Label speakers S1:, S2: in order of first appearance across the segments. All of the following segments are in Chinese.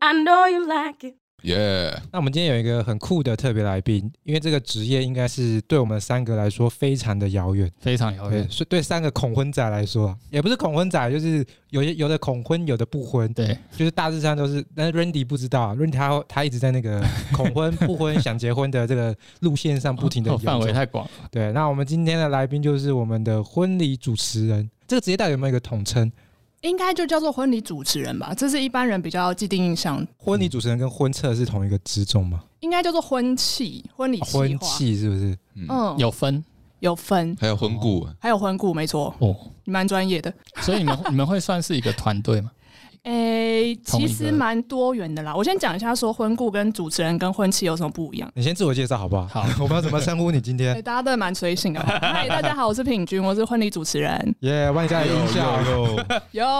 S1: I know you like it。
S2: 耶！
S3: 那我们今天有一个很酷的特别来宾，因为这个职业应该是对我们三个来说非常的遥远，
S4: 非常遥
S3: 对，
S4: 远。
S3: 是对三个恐婚仔来说啊，也不是恐婚仔，就是有些有的恐婚，有的不婚，
S4: 对，
S3: 就是大致上都是。但是 Randy 不知道、啊、，Randy 他他一直在那个恐婚、不婚、想结婚的这个路线上不停的
S4: 哦范围太广了。
S3: 对，那我们今天的来宾就是我们的婚礼主持人，这个职业到底有没有一个统称？
S5: 应该就叫做婚礼主持人吧，这是一般人比较既定印象，
S3: 婚礼主持人跟婚策是同一个职种吗？
S5: 应该叫做婚庆、婚礼
S3: 哦
S5: 计划
S3: 婚，庆是不是？
S2: 嗯，
S5: 嗯，有
S4: 有分
S5: 有分，
S2: 还有婚顾啊，
S5: 还有婚顾，没错，
S4: 哦，
S5: 你蛮专业的。
S4: 所以你们 你们会算是一个团队吗？
S5: 诶、
S4: 同一
S5: 其
S4: 个
S5: 实蛮多元的啦。我先讲一下，说婚顾跟主持人跟婚庆有什么不一样。
S3: 你先自我介绍好不好？
S4: 好
S3: 我们要怎么称呼你今
S5: 对，
S3: 天？
S5: 大家都蛮随性的。嗨，大家好，我是品君，我是婚礼主持人。
S3: 耶，帮你加点音效。
S5: 哟，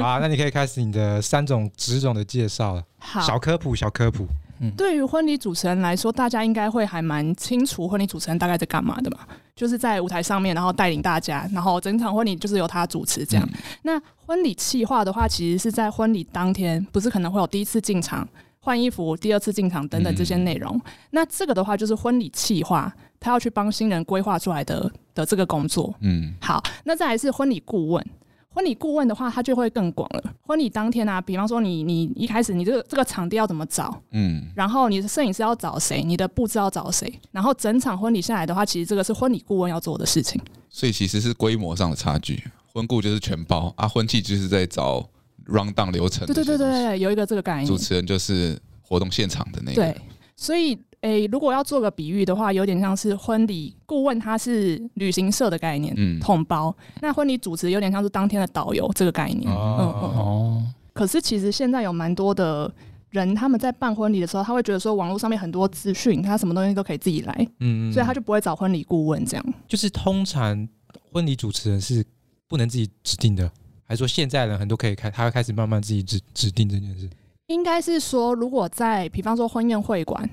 S3: 好啊，那你可以开始你的三种职种的介绍了。
S5: 好，
S3: 小科普，小科普。
S5: 对于婚礼主持人来说，大家应该会还蛮清楚婚礼主持人大概在干嘛的嘛，就是在舞台上面，然后带领大家，然后整场婚礼就是由他主持这样。那婚礼企划的话，其实是在婚礼当天，不是可能会有第一次进场、换衣服、第二次进场等等这些内容。那这个的话，就是婚礼企划，他要去帮新人规划出来的的这个工作。
S2: 嗯，
S5: 好，那再来是婚礼顾问。婚礼顾问的话，他就会更广了。婚礼当天啊，比方说你你一开始你这个这个场地要怎么找，
S2: 嗯，
S5: 然后你的摄影师要找谁，你的布置要找谁，然后整场婚礼下来的话，其实这个是婚礼顾问要做的事情。
S2: 所以其实是规模上的差距。婚顾就是全包啊，婚庆就是在找 round down 流程。
S5: 对对对对，对，有一个这个概
S2: 主
S5: 念。
S2: 持人就是活动现场的那个。
S5: 对，所以诶、如果要做个比喻的话，有点像是婚礼顾问，他是旅行社的概念，
S2: 嗯
S5: 统包。那婚礼主持有点像是当天的导游这个概
S2: 啊
S5: 念。嗯嗯。
S4: 哦，
S5: 可是其实现在有蛮多的。人他们在办婚礼的时候，他会觉得说网络上面很多资讯，他什么东西都可以自己来，
S3: 嗯
S5: 所以他就不会找婚礼顾问这样。
S3: 就是通常婚礼主持人是不能自己指定的，还是说现在人很多可以开，他会开始慢慢自己指指定这件事？
S5: 应该是说，如果在比方说婚宴会馆，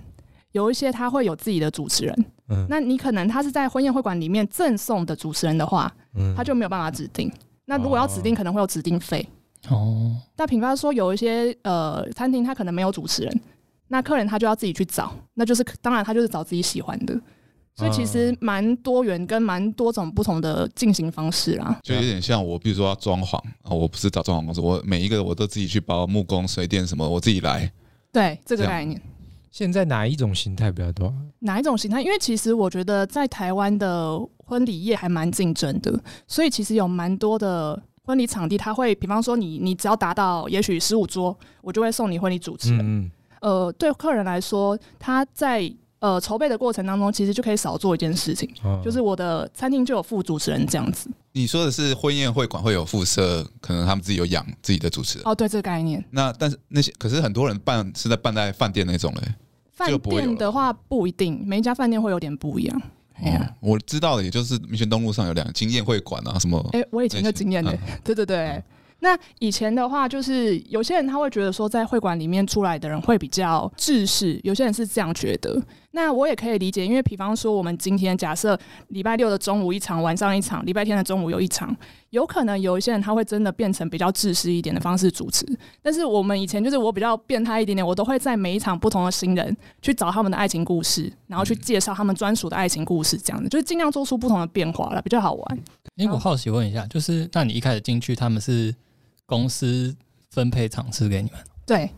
S5: 有一些他会有自己的主持人，
S3: 嗯，
S5: 那你可能他是在婚宴会馆里面赠送的主持人的话，
S3: 嗯
S5: 他就没有办法指定。那如果要指定，可能会有指定费。
S4: 哦，
S5: 那比方说有一些呃餐厅，他可能没有主持人，那客人他就要自己去找，那就是当然他就是找自己喜欢的。所以其实蛮多元跟蛮多种不同的进行方式啦。
S2: 就有点像我，比如说要装潢啊，我不是找装潢公司，我每一个我都自己去包木工、水电什么，我自己来。
S5: 对这个
S2: 这样
S5: 概念。
S3: 现在哪一种形态比较多？啊
S5: 哪一种形态？因为其实我觉得在台湾的婚礼业还蛮竞争的，所以其实有蛮多的婚礼场地，它会，比方说你你只要达到也许十五桌，我就会送你婚礼主持人。
S3: 嗯嗯，
S5: 呃，对客人来说，他在呃筹备的过程当中，其实就可以少做一件事情，
S2: 嗯
S3: 哦
S5: 就是我的餐厅就有副主持人这样子。
S2: 你说的是婚宴会馆会有附设，可能他们自己有养自己的主持人。
S5: 哦，对这个概念。
S2: 那但是那些可是很多人办是在办在饭店那种嘞。
S5: 饭
S2: 个不会有
S5: 店的话不一定，每一家饭店会有点不一样。哎呀、
S2: 哦，我知道的也就是民权东路上有两个经宴会馆啊，什么
S5: 哎、我以前就经验的，
S2: 嗯
S5: 对对对。那以前的话，就是有些人他会觉得说，在会馆里面出来的人会比较制式，有些人是这样觉得。那我也可以理解，因为比方说，我们今天假设礼拜六的中午一场，晚上一场，礼拜天的中午有一场，有可能有一些人他会真的变成比较制式一点的方式主持。但是我们以前就是我比较变态一点点，我都会在每一场不同的新人去找他们的爱情故事，然后去介绍他们专属的爱情故事，这样子就是尽量做出不同的变化了，比较好玩。
S4: 因为我好奇问一下，就是那你一开始进去，他们是公司分配场次给你们？
S5: 对。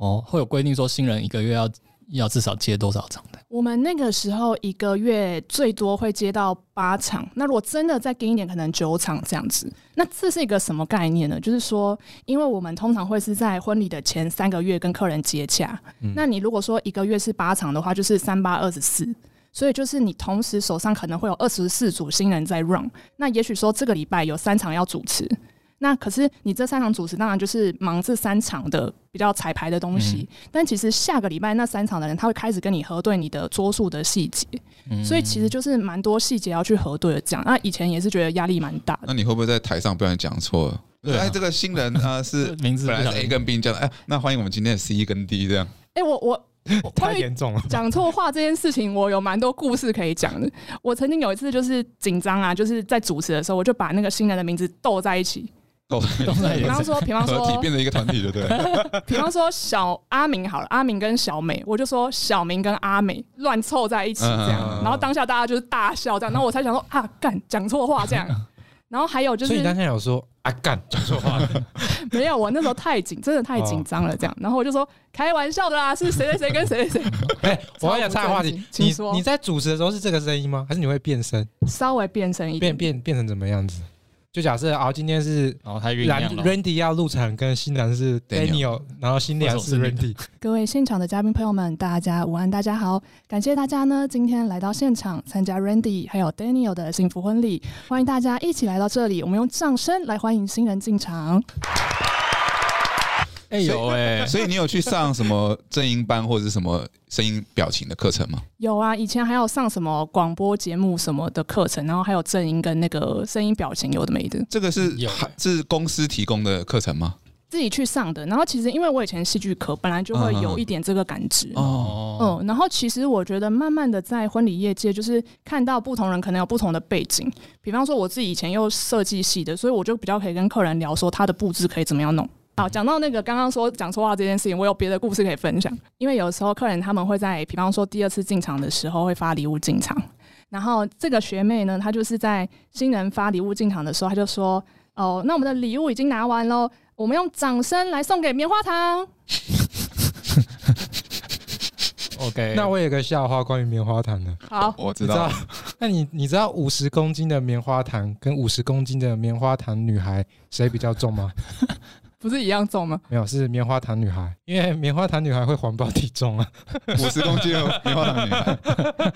S4: 哦，会有规定说新人一个月要要至少接多少场的？
S5: 我们那个时候一个月最多会接到八场，那如果真的再跟一点，可能九场这样子。那这是一个什么概念呢？就是说，因为我们通常会是在婚礼的前三个月跟客人接洽，那你如果说一个月是八场的话，就是三八二十四。所以就是你同时手上可能会有二十四组新人在 run，那也许说这个礼拜有三场要主持，那可是你这三场主持当然就是忙这三场的比较彩排的东西，但其实下个礼拜那三场的人他会开始跟你核对你的桌数的细节，所以其实就是蛮多细节要去核对的。这样，那以前也是觉得压力蛮大的。
S2: 那你会不会在台上不小心讲错了？
S4: 对啊
S2: 哎，这个新人啊是
S4: 名字
S2: 本来
S4: 不小
S2: 是 A
S4: 心
S2: 跟 B 这样，哎，那欢迎我们今天的 C 跟 D 这样。
S5: 哎、我我我
S3: 太
S5: 关于
S3: 严重了。
S5: 讲错话这件事情，我有蛮多故事可以讲的。我曾经有一次就是紧张啊，就是在主持的时候，我就把那个新人的名字斗在一起。
S2: 都
S4: 都在
S5: 比
S4: 演
S5: 方
S4: 唱
S5: 说，比方
S2: 哦 合体
S5: 说，
S2: 变成一个团体，对不对？
S5: 比方说小阿明好了，阿明跟小美，我就说小明跟阿美乱凑在一起这样，
S3: 嗯
S5: 然后当下大家就是大笑这样，然后我才想说啊，干讲错话 这样。然后还有就
S3: 所以
S5: 是
S3: 你当下有说啊干讲错话，
S5: 没有，我那时候太紧，真的太
S3: 哦
S5: 紧张了，这样。然后我就说开玩笑的啦，是谁谁谁跟 谁谁谁，
S3: 哎，我要想插个话题
S5: 超不正，经
S3: 你
S5: 请说
S3: 你在主持的时候是这个声音吗？还是你会变声？
S5: 稍微变声一
S3: 变
S5: 点，
S3: 变变成怎么样子？就假设啊，今天是
S5: 哦
S4: 然后他酝酿
S3: Rand-
S4: 了，
S3: Randy 要入场，跟新郎是
S2: Daniel
S3: Daniel，然后新娘是
S4: 为什么
S3: Randy，
S5: 各位现场的嘉宾朋友们，大家午安，大家好！感谢大家呢，今天来到现场参加 Randy 还有 Daniel 的幸福婚礼，欢迎大家一起来到这里，我们用掌声来欢迎新人进场。
S4: 哎有哎，
S2: 所以你有去上什么正音班或者是什么声音表情的课程吗？
S5: 有啊，以前还有上什么广播节目什么的课程，然后还有正音跟那个声音表情，有的没的。
S2: 这个是
S4: 有欸
S2: 是公司提供的课程吗？
S5: 自己去上的。然后其实因为我以前戏剧科本来就会有一点这个感知。嗯
S2: 哦，
S4: 哦，
S5: 然后其实我觉得慢慢的在婚礼业界，就是看到不同人可能有不同的背景。比方说我自己以前又设计系的，所以我就比较可以跟客人聊说他的布置可以怎么样弄。好，讲到那个刚刚说讲错话这件事情，我有别的故事可以分享。因为有时候客人他们会在，比方说第二次进场的时候会发礼物进场，然后这个学妹呢，她就是在新人发礼物进场的时候，她就说：“哦，那我们的礼物已经拿完喽，我们用掌声来送给棉花糖。
S4: OK，
S3: 那我有个笑话关于棉花糖的，”
S5: 好，
S2: 我知
S3: 你知
S2: 道
S3: 道，？ 那你你知道五十公斤的棉花糖跟五十公斤的棉花糖女孩谁比较重吗？
S5: 不是一样重吗？
S3: 没有，是棉花糖女孩，因为棉花糖女孩会环保体重啊。
S2: 五十公斤的棉花糖女孩，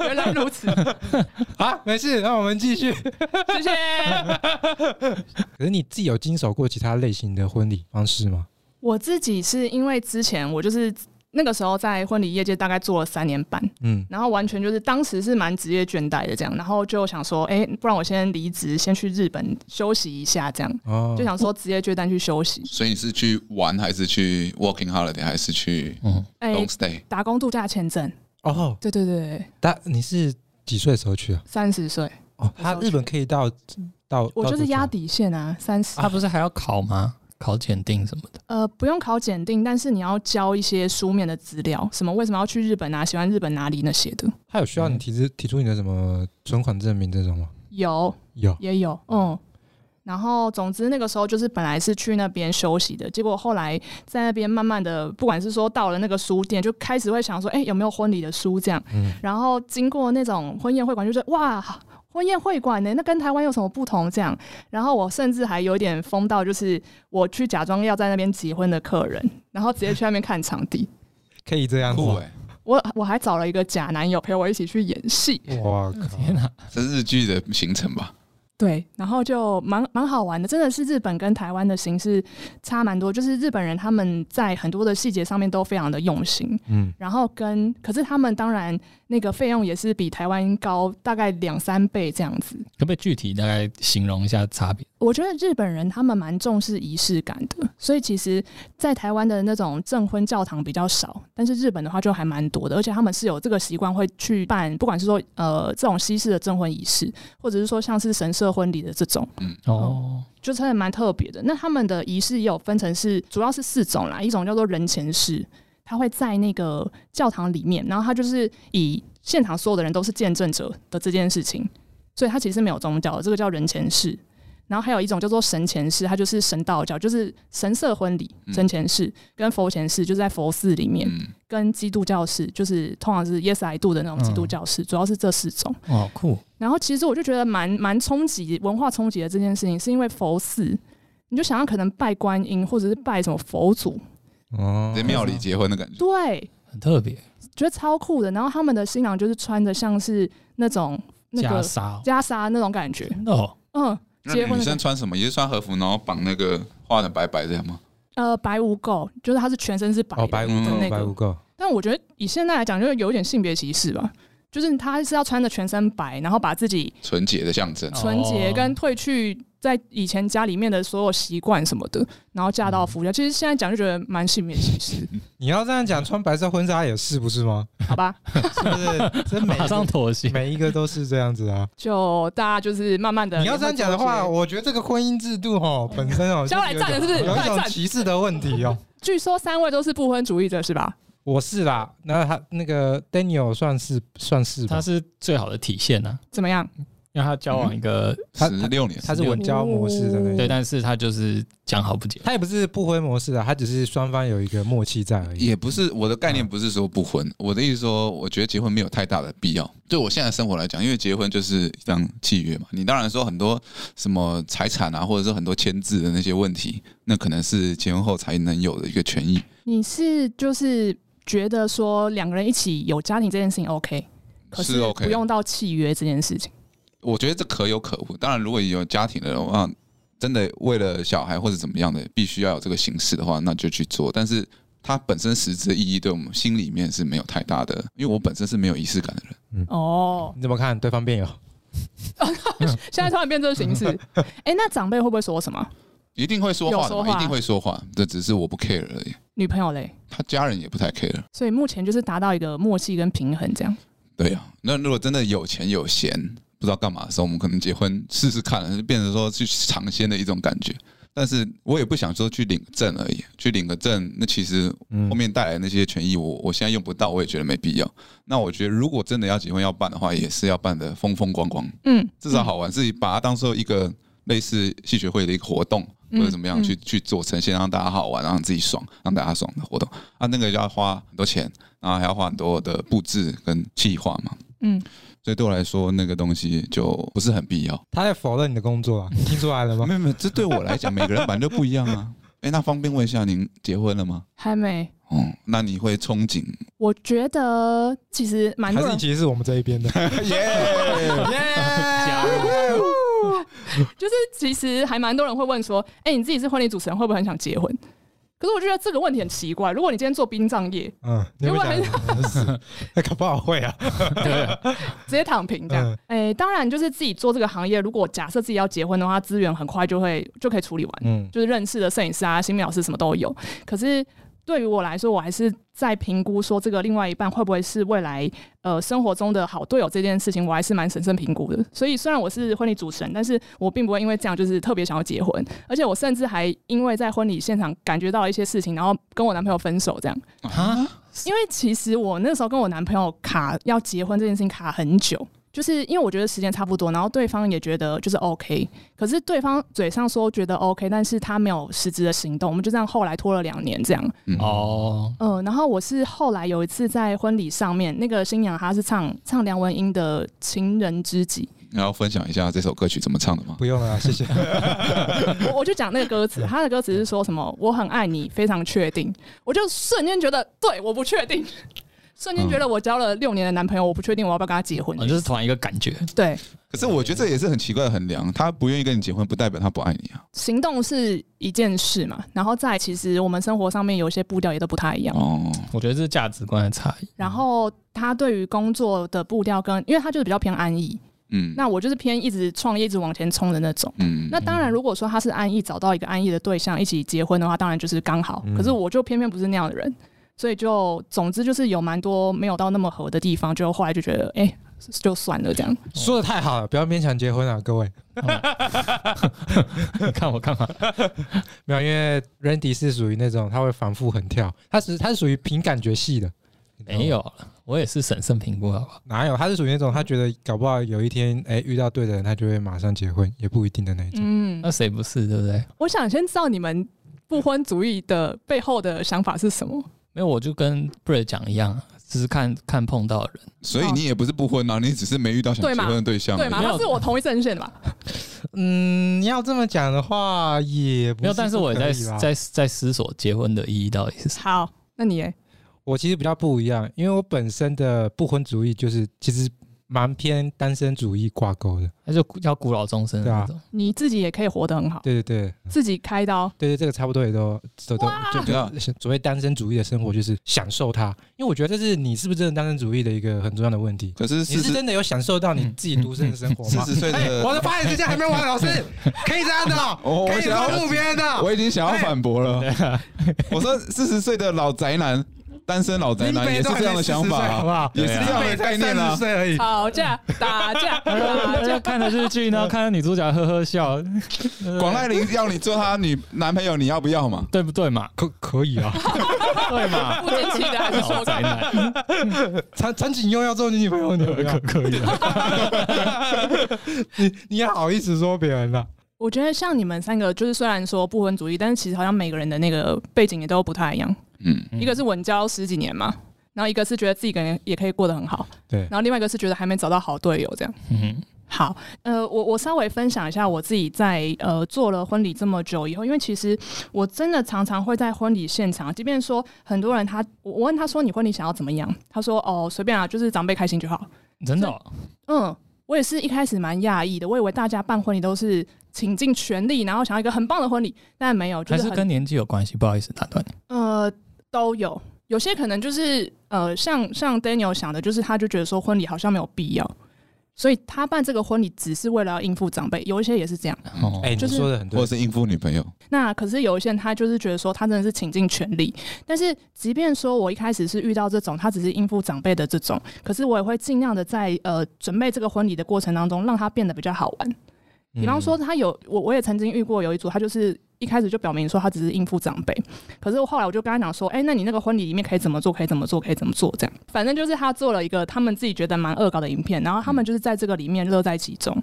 S5: 原来如此，
S3: 啊，没事，那我们继续。
S5: 谢 谢。
S3: 可是你自己有经手过其他类型的婚礼方式吗？
S5: 我自己是因为之前我就是那个时候在婚礼业界大概做了三年半，
S3: 嗯，
S5: 然后完全就是当时是蛮职业倦怠的这样，然后就想说，哎、不然我先离职，先去日本休息一下，这样
S3: 哦
S5: 就，想说职业倦怠去休息。
S2: 所以你是去玩还是去 working holiday 还是去
S4: 嗯，
S5: 哎、
S2: long stay？
S5: 打工度假签证，
S3: 哦，
S5: 对对对，
S3: 大你是几岁的时候去啊？
S5: 三十岁，
S3: 哦，他日本可以到到，
S5: 我
S3: 到
S5: 就是
S3: 多久
S5: 压底线啊，三十、
S4: 他不是还要考吗？考检定什么的，
S5: 呃，不用考检定，但是你要交一些书面的资料，什么为什么要去日本啊，喜欢日本哪里那些的，
S3: 他有需要你提出提出你的什么存款证明这种吗？
S5: 有
S3: 有，
S5: 也有，嗯。然后，总之那个时候就是本来是去那边休息的，结果后来在那边慢慢的，不管是说到了那个书店，就开始会想说，哎、有没有婚礼的书这样？
S3: 嗯
S5: 然后经过那种婚宴会馆，就觉得哇，婚宴会馆呢、那跟台湾有什么不同这样？然后我甚至还有点疯到，就是我去假装要在那边结婚的客人，然后直接去那边看场地。
S3: 可以这样子
S2: 酷
S3: 啊。
S2: 哎，
S5: 我我还找了一个假男友陪我一起去演戏，
S2: 欸
S3: 哇靠！
S4: 天哪，
S2: 这是日剧的行程吧？
S5: 对，然后就蛮蛮好玩的，真的是日本跟台湾的形式差蛮多，就是日本人他们在很多的细节上面都非常的用心，
S3: 嗯，
S5: 然后跟可是他们当然那个费用也是比台湾高大概两三倍这样子。
S4: 可不可以具体大概形容一下差别？
S5: 我觉得日本人他们蛮重视仪式感的，所以其实，在台湾的那种证婚教堂比较少，但是日本的话就还蛮多的，而且他们是有这个习惯会去办，不管是说呃这种西式的证婚仪式，或者是说像是神社婚礼的这种。
S4: 哦，
S5: 就真的蛮特别的。那他们的仪式也有分成是，主要是四种啦，一种叫做人前式，他会在那个教堂里面，然后他就是以现场所有的人都是见证者的这件事情，所以他其实没有宗教的，这个叫人前式。然后还有一种叫做神前式，它就是神道教，就是神社婚礼、
S2: 嗯
S5: 神前式跟佛前式，就是在佛寺里面，
S2: 嗯，
S5: 跟基督教式，就是通常是 Yes I Do 的那种基督教式，主要是这四种。
S4: 哇，好哦酷，
S5: 然后其实我就觉得蛮蛮冲击文化冲击的这件事情，是因为佛寺，你就想要可能拜观音或者是拜什么佛祖，
S3: 哦，
S2: 在庙里结婚的感觉，
S5: 对，
S4: 很特别，
S5: 觉得超酷的。然后他们的新郎就是穿着像是那种那
S4: 袈
S5: 个
S4: 裟哦，
S5: 袈裟那种感觉，
S4: 真的哦，
S5: 嗯，
S2: 那
S5: 结婚
S2: 女
S5: 的
S2: 生
S5: 感觉
S2: 穿什么？也是穿和服，然后绑那个画的白白这样吗？
S5: 呃白无垢，就是他是全身是白的
S3: 哦，白
S2: 嗯
S3: 无
S5: 的那
S3: 垢，白无
S5: 个。
S3: 垢，
S5: 但我觉得以现在来讲，就是有一点性别歧视吧，就是他是要穿着全身白，然后把自己
S2: 纯洁的象征
S4: 哦。
S5: 纯洁跟褪去在以前家里面的所有习惯什么的，然后
S3: 嗯
S5: 嫁到夫家。其实现在讲就觉得蛮性别歧视，
S3: 你要这样讲，穿白色婚纱也是不是吗？
S5: 好吧？
S3: 是不是？ 这每一
S4: 马上
S3: 个
S4: 妥协。
S3: 每一个都是这样子啊。
S5: 就大家就是慢慢的。
S3: 你要这样讲的话，我觉得这个婚姻制度哦，本身哦，
S5: 将来
S3: 就是有
S5: 站的是不
S3: 有
S5: 是
S3: 一
S5: 将来
S3: 种
S5: 站
S3: 歧视的问题哦。
S5: 据说三位都是不婚主义者是吧？
S3: 我是啦，那他那个 Daniel 算是算是吧
S4: 他是最好的体现啊，
S5: 怎么样？
S4: 因为他交往一个、
S3: 他
S2: 十六年，
S3: 他是稳交模式的那
S4: 对，
S3: 种，
S4: 但是他就是讲好不结。
S3: 他也不是不婚模式啊，他只是双方有一个默契在而已。
S2: 也不是我的概念，不是说不婚，我的意思说，我觉得结婚没有太大的必要。对我现在生活来讲，因为结婚就是一张契约嘛，你当然说很多什么财产啊，或者是很多签字的那些问题，那可能是结婚后才能有的一个权益。
S5: 你是就是觉得说两个人一起有家庭这件事情 OK，可
S2: 是 OK
S5: 不用到契约这件事情。
S2: 我觉得这可有可无。当然，如果有家庭的人话，真的为了小孩或者怎么样的，必须要有这个形式的话，那就去做。但是它本身实质的意义，对我们心里面是没有太大的，因为我本身是没有仪式感的人。
S5: 哦，
S3: 你怎么看？对方辩友，
S5: 现在突然变这个 形式，哎、那长辈会不会说什么？
S2: 一定会说话的
S5: 有说
S2: 嘛，
S5: 话
S2: 一定会说话，这只是我不 care 而已。
S5: 女朋友嘞？
S2: 他家人也不太 care。
S5: 所以目前就是达到一个默契跟平衡，这样
S2: 对呀、那如果真的有钱有闲，不知道干嘛的时候，我们可能结婚试试看，就变成说去尝鲜的一种感觉。但是我也不想说去领证而已，去领个证，那其实
S3: 嗯
S2: 后面带来的那些权益我，我现在用不到，我也觉得没必要。那我觉得，如果真的要结婚要办的话，也是要办的风风光光，
S5: 嗯，
S2: 至少好玩，自己把它当做一个类似戏学会的一个活动，或者怎么样
S5: 嗯
S2: 去去做呈现，让大家好玩，让自己爽，让大家爽的活动。啊，那个要花很多钱，然后还要花很多的布置跟计划嘛。
S5: 嗯，
S2: 所以对我来说，那个东西就不是很必 要。
S3: 他在否认你的工作 啊，听出来了吗
S2: 没？有没有，这对我来讲，每个人本来就不一样 啊。哎，那方便问一下，您结婚了吗？
S5: 还没。
S2: 哦、那你会憧憬？
S5: 我觉得其实蛮
S3: 还
S5: 多
S3: 是
S5: 人
S3: 你，其实是我们这一 边的？啊
S4: 加入
S5: 就是其实还蛮多人会问说，哎、你自己是婚礼主持人，会不会很想结婚？可是我觉得这个问题很奇怪。如果你今天做殡葬 业，
S3: 嗯，你有没有
S5: 因为
S3: 讲？是 那搞不好会啊。嗯
S5: 直接躺平这样，哎、当然就是自己做这个行业，如果假设自己要结婚的话，资源很快就会就可以处理完。
S3: 嗯，
S5: 就是认识的摄影师啊、新美老师什么都有。可是对于我来说，我还是在评估说这个另外一半会不会是未来呃生活中的好队友这件事情，我还是蛮审慎评估的。所以虽然我是婚礼主持人，但是我并不会因为这样就是特别想要结婚，而且我甚至还因为在婚礼现场感觉到了一些事情，然后跟我男朋友分手这样。
S4: 啊，
S5: 因为其实我那时候跟我男朋友卡要结婚这件事情卡很久，就是因为我觉得时间差不多，然后对方也觉得就是 OK，可是对方嘴上说觉得 OK，但是他没有实质的行动，我们就这样后来拖了两年这样。
S2: 嗯，
S4: 哦，
S5: 嗯，然后我是后来有一次在婚礼上面，那个新娘她是唱唱梁文音的《情人知己
S2: 你要分享一下这首歌曲怎么唱的吗？
S3: 不用了，谢谢。》，
S5: 我我就讲那个歌词，她的歌词是说什么“我很爱你，非常确定”，我就瞬间觉得对，我不确定。 瞬间觉得我交了六年的男朋友，我不确定我要不要跟他结婚、
S4: 嗯哦就是突然一个感觉，
S5: 对，
S2: 可是我觉得这也是很奇怪的衡量，他不愿意跟你结婚，不代表他不爱你啊。
S5: 行动是一件事嘛，然后再来其实我们生活上面有一些步调也都不太一样。
S2: 哦，
S4: 我觉得这是价值观的差 异。
S5: 然后他对于工作的步调跟，因为他就是比较偏安逸，
S2: 嗯，
S5: 那我就是偏一直创业、一直往前冲的那种。
S2: 嗯，
S5: 那当然，如果说他是安逸，找到一个安逸的对象一起结婚的话，当然就是刚好。
S3: 嗯
S5: 可是我就偏偏不是那样的人，所以就总之就是有蛮多没有到那么合的地方，就后来就觉得哎、就算了这样。
S3: 说的太好了，不要勉强结婚啊，各位。
S4: 你看我干嘛？
S3: 没有，因为 Randy 是属于那种他会反复横跳，他是他是属于凭感觉系的。哦
S4: 没有了，我也是审慎评估，好不好？
S3: 哪有？他是属于那种他觉得搞不好有一天哎、遇到对的人，他就会马上结婚，也不一定的那一种。
S5: 嗯
S4: 那，谁不是，对不对？
S5: 我想先知道你们不婚主义的背后的想法是什么。
S4: 没有，我就跟 b r a d 讲一样啊，只是看看碰到的人。
S2: 所以你也不是不婚啊，你只是没遇到想
S5: 对
S2: 结
S5: 嘛
S2: 婚的对象而
S5: 对
S2: 已。
S5: 嘛？
S4: 没有
S5: 他是我同一阵线的嘛？
S3: 嗯，要这么讲的话也不
S4: 没有，但是我也在
S3: 不可以啦
S4: 在在思索结婚的意义到底是啥。
S5: 好，那你耶
S3: 我其实比较不一样，因为我本身的不婚主义就是其实蛮偏单身主义挂钩的。
S4: 他就叫古老终身的
S3: 对啊
S4: 那种。
S5: 你自己也可以活得很好，
S3: 对对对
S5: 自己开刀，
S3: 对对，这个差不多也都都都就
S2: 对啊
S3: 就所谓单身主义的生活，就是享受它。因为我觉得这是你是不是真的单身主义的一个很重要的问题。
S2: 可是
S3: 你
S2: 四
S3: 是
S2: 十
S3: 真的有享受到
S4: 嗯
S3: 你自己独身的生活
S2: 四
S3: 吗？
S2: 十岁
S3: 哎，
S2: 的，
S3: 我的发言时间还没完，老师，可以这 样的哦，
S2: 哦
S3: 可
S2: 我
S3: 以
S2: 想要
S3: 投入别人的。
S2: 我已经想要反驳 了。
S3: 啊
S2: 我说四十岁的老宅男，单身老宅
S3: 林
S2: 男也是
S3: 北都还
S2: 这样的
S3: 没
S2: 想
S3: 40
S2: 法
S3: 岁好不
S2: 啊，
S3: 好？
S2: 也是这样的概念啊
S3: 三十。岁而已。
S5: 吵架、打架、打架。
S4: 看了日 剧，
S3: 嗯
S4: 然后看到女主角呵呵笑，
S2: 广濑铃要你做她女男朋友，你要不要嘛？
S4: 对不对嘛？
S3: 可可以啊，
S4: 对嘛？
S5: 不争气的 还是
S4: 老
S5: 说
S4: 宅男，
S3: 长长颈优要做你女朋友，你可可以啊？ 你你还好意思说别人了？啊
S5: 我觉得像你们三个，就是虽然说不婚主义，但是其实好像每个人的那个背景也都不太一样。
S2: 嗯，
S4: 嗯
S5: 一个是稳交十几年嘛，然后一个是觉得自己可能也可以过得很好，
S3: 对
S5: 然后另外一个是觉得还没找到好队友这样。
S4: 嗯，
S5: 好，呃，我我稍微分享一下我自己在呃做了婚礼这么久以后，因为其实我真的常常会在婚礼现场，即便说很多人他我我问他说你婚礼想要怎么样，他说哦随便啊，就是长辈开心就好。
S4: 真的哦
S5: 嗯，我也是一开始蛮讶异的，我以为大家办婚礼都是倾尽全力，然后想要一个很棒的婚礼，但没有，就
S4: 还
S5: 是
S4: 是
S5: 很
S4: 跟年纪有关系？不好意思打断你。
S5: 呃都有，有些可能就是呃像像 Daniel 想的，就是他就觉得说婚礼好像没有必要，所以他办这个婚礼只是为了要应付长辈，有一些也是这样。
S4: 哦，
S3: 哎，你
S5: 就是
S3: 说的很
S2: 嗯或
S3: 对
S2: 者，是应付女朋友，
S5: 那可是有一些人他就是觉得说他真的是倾尽全力，但是即便说我一开始是遇到这种他只是应付长辈的这种，可是我也会尽量的在呃准备这个婚礼的过程当中，让它变得比较好玩。
S3: 嗯
S5: 比方说，他有我我也曾经遇过有一组，他就是一开始就表明说他只是应付长辈，可是我后来我就跟他讲说，哎、那你那个婚礼里面可以怎么做，可以怎么做，可以怎么做，这样，反正就是他做了一个他们自己觉得蛮恶搞的影片，然后他们就是在这个里面乐在其中。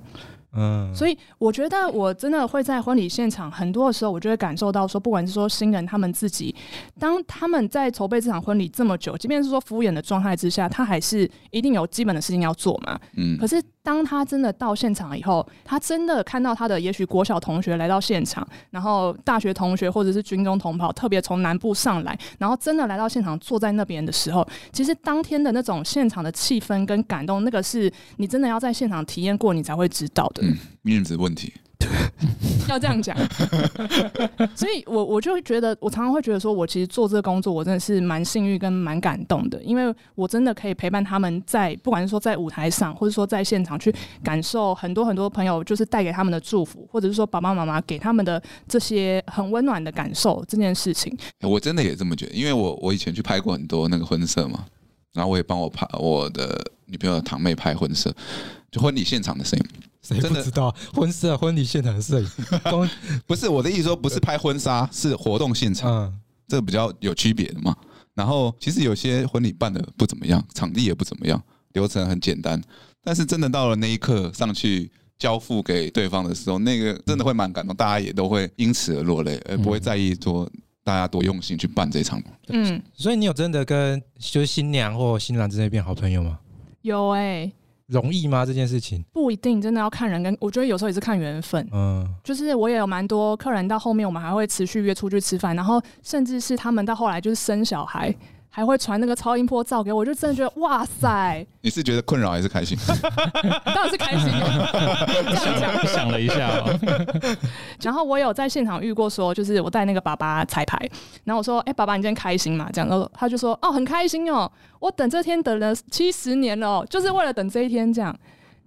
S3: 嗯，
S5: 所以我觉得我真的会在婚礼现场，很多的时候我就会感受到说，不管是说新人他们自己，当他们在筹备这场婚礼这么久，即便是说敷衍的状态之下，他还是一定有基本的事情要做嘛。
S2: 嗯
S5: 可，是当他真的到现场以后，他真的看到他的也许国小同学来到现场，然后大学同学或者是军中同袍，特别从南部上来，然后真的来到现场坐在那边的时候，其实当天的那种现场的气氛跟感动，那个是你真的要在现场体验过，你才会知道的。
S2: 嗯，面子问题，
S5: 要这样讲， 所以我我就会觉得，我常常会觉得说，我其实做这个工作，我真的是蛮幸运跟蛮感动的，因为我真的可以陪伴他们在，不管是说在舞台上，或者说在现场，去感受很多很多朋友就是带给他们的祝福，或者是说爸爸妈妈给他们的这些很温暖的感受这件事情。
S2: 哎我真的也这么觉得，因为我我以前去拍过很多那个婚摄嘛，然后我也帮我拍我的女朋友的堂妹拍婚摄，就婚礼现场的摄影，
S3: 谁
S2: 真
S3: 不
S2: 的
S3: 知道婚摄婚礼现场的摄 影，公
S2: 不是我的意思说不是拍婚纱，是活动现场，
S3: 嗯
S2: 这比较有区别的嘛。然后其实有些婚礼办的不怎么样，场地也不怎么样，流程很简单，但是真的到了那一刻上去。交付给对方的时候，那个真的会蛮感动，大家也都会因此而落泪，而不会在意说大家多用心去办这场
S5: 嗯，
S3: 所以你有真的跟就是新娘或新郎之间变好朋友吗？
S5: 有哎、
S3: 容易吗？这件事情，
S5: 不一定真的要看人跟，我觉得有时候也是看缘分。
S3: 嗯，
S5: 就是我也有蛮多客人，到后面我们还会持续约出去吃饭，然后甚至是他们到后来就是生小孩，还会传那个超音波照给我，我就真的觉得哇塞，
S2: 你是觉得困扰还是开心？
S5: 当然是开心的。这样 讲，
S4: 想了一下哦，
S5: 然后我有在现场遇过说，就是我带那个爸爸彩排，然后我说，哎、爸爸你今天开心吗？这样，然后他就说，哦，很开心哦，我等这天等了七十年了哦，就是为了等这一天这样。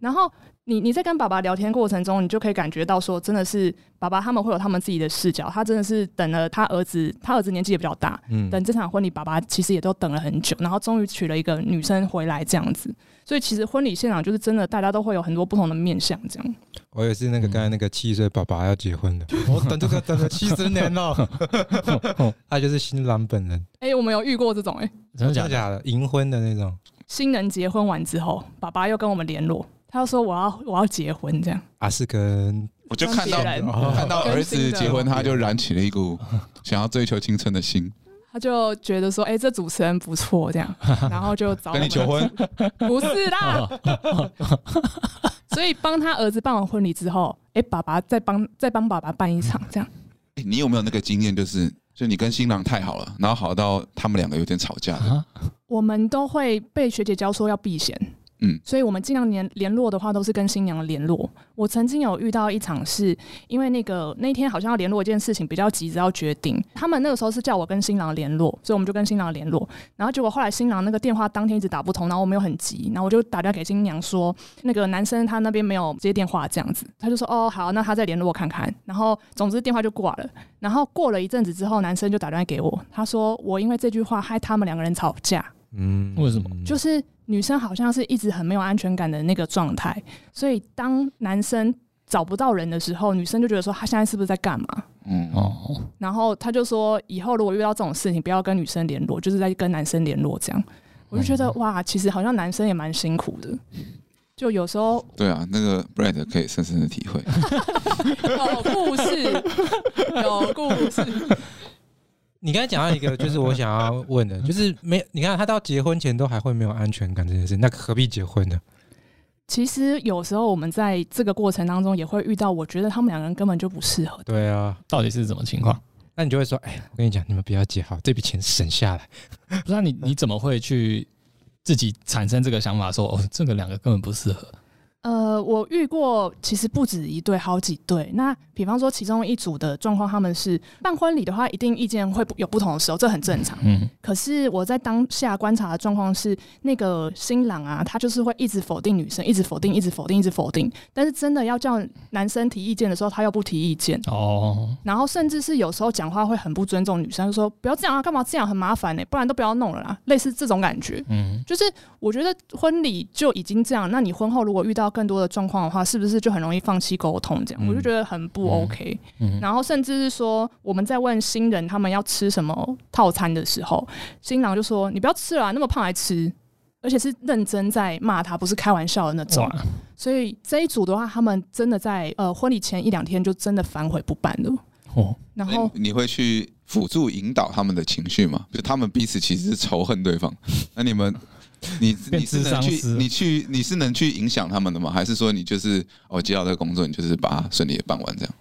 S5: 然后你你在跟爸爸聊天过程中，你就可以感觉到说，真的是爸爸他们会有他们自己的视角，他真的是等了他儿子，他儿子年纪也比较大，
S3: 嗯
S5: 等这场婚礼，爸爸其实也都等了很久，然后终于娶了一个女生回来这样子。所以其实婚礼现场就是真的，大家都会有很多不同的面相这样。
S3: 我也是那个刚才那个七十岁爸爸要结婚的，我嗯哦等这个等了七十年了， 他就是新郎本人，
S5: 哎、我们有遇过这种哎、
S4: 真
S3: 真
S4: 的假
S3: 的
S4: 的？
S3: 假的？银婚的那种，
S5: 新人结婚完之后，爸爸又跟我们联络，他又说我要我要结婚这样。
S3: 啊是跟
S2: 我就看到哦
S5: 跟别人
S2: 看到儿子结婚，
S5: 跟新的
S2: 他就燃起了一股想要追求青春的心。
S5: 他就觉得说，哎、这主持人不 错，这样，然后就找我
S2: 跟
S5: 们
S2: 你求婚，哦
S5: 不是啦。
S4: 哦
S5: 所以帮他儿子办完婚礼之后，哎、爸爸再帮再帮爸爸办一场，这样
S2: 诶哎你有没有那个经验？就是就你跟新郎太好了，然后好到他们两个有点吵架的
S4: 啊，
S5: 我们都会被学姐教说要避嫌，
S2: 嗯，
S5: 所以我们尽量联联络的话，都是跟新娘联络。我曾经有遇到一场是，因为那个那天好像要联络一件事情比较急着要决定，他们那个时候是叫我跟新郎联络，所以我们就跟新郎联络。然后结果后来新郎那个电话当天一直打不通，然后我们又很急，然后我就打电话给新娘说，那个男生他那边没有接电话这样子，他就说哦好，那他再联络我看看。然后总之电话就挂了。然后过了一阵子之后，男生就打电话给我，他说我因为这句话害他们两个人吵架。
S3: 嗯
S4: 为什么
S5: 就是女生好像是一直很没有安全感的那个状态，所以当男生找不到人的时候，女生就觉得说他现在是不是在干嘛？
S2: 嗯，
S4: 哦，
S5: 然后他就说以后如果遇到这种事情，不要跟女生联络，就是在跟男生联络这样。我就觉得哇，其实好像男生也蛮辛苦的，就有时候
S2: 对啊，那个 Brad 可以深深的体会。
S5: 有故事，有故事，
S3: 你刚才讲到一个，就是我想要问的，就是没你看他到结婚前都还会没有安全感这件事，那何必结婚呢？
S5: 其实有时候我们在这个过程当中也会遇到，我觉得他们两个人根本就不适合。
S3: 对啊，
S4: 到底是什么情况？
S3: 那你就会说，哎、我跟你讲，你们不要结好，这笔钱省下来。
S4: 不是、啊、你你怎么会去自己产生这个想法说哦，这个两个根本不适合？
S5: 呃，我遇过其实不止一对，好几对。那比方说，其中一组的状况，他们是办婚礼的话，一定意见会不有不同的时候，这很正常。
S4: 嗯，
S5: 可是我在当下观察的状况是，那个新郎啊，他就是会一直否定女生，一直否定，一直否定，一直否定。但是真的要叫男生提意见的时候，他又不提意见，
S4: 哦，
S5: 然后甚至是有时候讲话会很不尊重女生，就说不要这样啊，干嘛这样很麻烦呢、不然都不要弄了啦，类似这种感觉。
S4: 嗯，
S5: 就是我觉得婚礼就已经这样，那你婚后如果遇到更多的状况的话，是不是就很容易放弃沟通？这样、
S4: 嗯
S5: 我就觉得很
S4: 嗯
S5: 不 OK。
S4: 嗯
S5: 然后甚至是说我们在问新人他们要吃什么套餐的时候，新郎就说：“你不要吃了啊、那么胖还吃。”而且是认真在骂他，不是开玩笑的那种。
S4: 哇，
S5: 所以这一组的话，他们真的在呃婚礼前一两天就真的反悔不办了。
S4: 哦，
S5: 然后
S2: 你你会去辅助引导他们的情绪吗？就他们彼此其实是仇恨对方，那你们。你
S4: 变
S2: 你是
S4: 智
S2: 能
S4: 商
S2: 去
S4: 师
S2: 你去你是能去影响他们的吗？还是说你就是哦接到这个工作，你就是把它顺利的办完这样？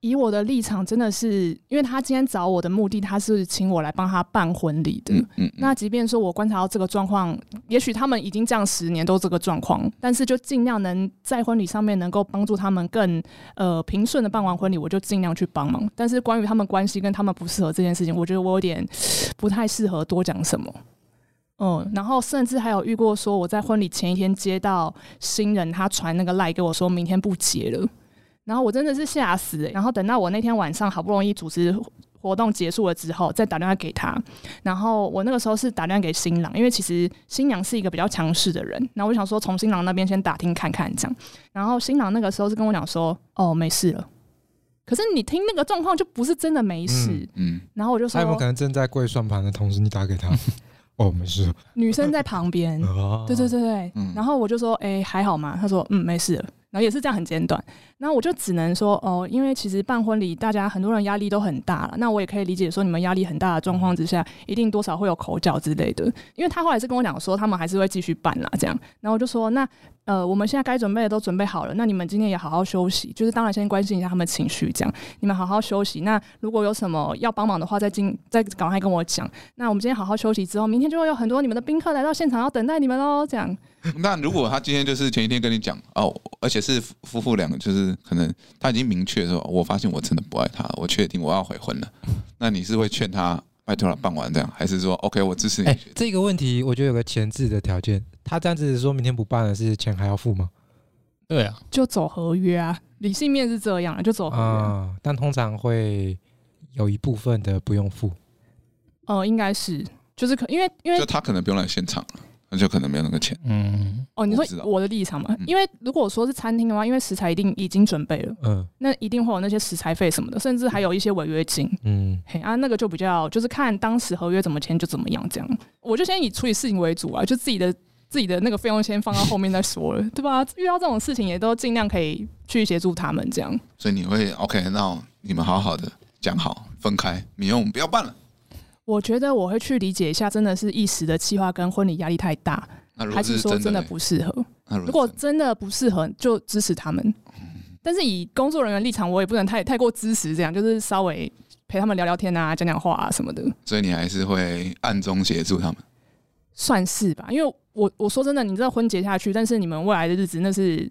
S5: 以我的立场，真的是因为他今天找我的目的，他是请我来帮他办婚礼的。
S2: 嗯嗯，
S5: 那即便说我观察到这个状况，也许他们已经这样十年都这个状况，但是就尽量能在婚礼上面能够帮助他们更呃平顺的办完婚礼，我就尽量去帮忙。但是关于他们关系跟他们不适合这件事情，我觉得我有点不太适合多讲什么。嗯，然后甚至还有遇过说，我在婚礼前一天接到新人他传那个赖给我说明天不结了，然后我真的是吓死、欸、然后等到我那天晚上好不容易组织活动结束了之后，再打电话给他，然后我那个时候是打电话给新郎，因为其实新娘是一个比较强势的人，然后我想说从新郎那边先打听看看这样。然后新郎那个时候是跟我讲说，哦，没事了。可是你听那个状况就不是真的没事，
S3: 嗯
S2: 嗯，
S5: 然后我就
S3: 他有没有可
S5: 说
S3: 能正在跪算盘的同时，你打给他？ 哦，没事。
S5: 女生在旁边，
S3: 哦，
S5: 嗯对对对对，
S2: 嗯
S5: 然后我就说，哎、还好吗？他说，嗯，没事了。然后也是这样很简短，然后我就只能说，哦，因为其实办婚礼，大家很多人压力都很大了，那我也可以理解说你们压力很大的状况之下，一定多少会有口角之类的。因为他后来是跟我讲说，他们还是会继续办啦，这样。然后我就说，那呃，我们现在该准备的都准备好了，那你们今天也好好休息，就是当然先关心一下他们情绪，这样你们好好休息。那如果有什么要帮忙的话，再进再赶快跟我讲。那我们今天好好休息之后，明天就会有很多你们的宾客来到现场要等待你们喽，这样。
S2: 那如果他今天就是前一天跟你讲哦，而且是夫夫妇两个，就是可能他已经明确说，哦我发现我真的不爱他了，我确定我要悔婚了。那你是会劝他拜托了办完这样，还是说 OK 我支持你
S3: 哎、？这个问题我觉得有个前置的条件，他这样子说明天不办了，是钱还要付吗？
S4: 对啊，
S5: 就走合约啊，理性面是这样啊，就走合约。
S3: 啊、但通常会有一部分的不用付。
S5: 呃，应该是，就是可因为因为
S2: 就他可能不用来现场了，那就可能没有那个钱。
S4: 嗯，
S5: 哦，你说
S2: 我知道
S5: 我的立场嘛，
S2: 嗯
S5: 因为如果说是餐厅的话，因为食材一定已经准备了，
S3: 嗯
S5: 那一定会有那些食材费什么的，甚至还有一些违约金。
S3: 嗯，
S5: 嘿啊，那个就比较就是看当时合约怎么签就怎么样，这样。我就先以处理事情为主啊，就自己的自己的那个费用先放到后面再说了，对吧？遇到这种事情也都尽量可以去协助他们这样。
S2: 所以你会 OK，那你们好好的讲好，分开，明天我们不要办了。
S5: 我觉得我会去理解一下，真的是一时的气话跟婚礼压力太大，
S2: 那如
S5: 还
S2: 果
S5: 是
S2: 是
S5: 说
S2: 真
S5: 真的
S2: 的嘞，
S5: 不适合？
S2: 那如
S5: 如果
S2: 果是
S5: 真的不适合，就支持他们。但是以工作人员立场，我也不能太太过支持，这样就是稍微陪他们聊聊天啊，讲讲话啊什么的。
S2: 所以你还是会暗中协助他们。
S5: 算是吧，因为我我说真的，你这婚结下去，但是你们未来的日子那是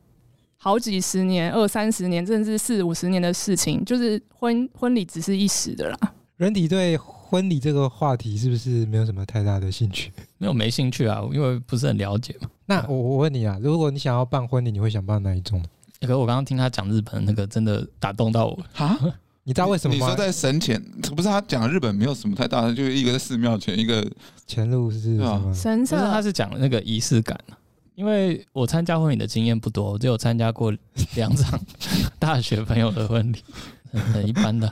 S5: 好几十年、二三十年，甚至四五十年的事情，就是婚婚礼只是一时的啦。
S3: 人体对婚礼这个话题是不是没有什么太大的兴趣？
S4: 没有没兴趣啊，因为不是很了解嘛。
S3: 那我我问你啊，如果你想要办婚礼，你会想办哪一种？
S4: 可是我刚刚听他讲日本那个，真的打动到我。
S2: 哈，
S3: 你知道为什么
S2: 你
S3: 吗？
S2: 说在神前，不是他讲日本没有什么太大的，就一个在寺庙前，一个
S3: 前路是什
S2: 对啊
S3: 么？
S5: 神
S4: 可是他
S5: 社
S4: 是讲那个仪式感啊，因为我参加婚礼的经验不多，我只有参加过两 场大学朋友的婚礼，很很一般的，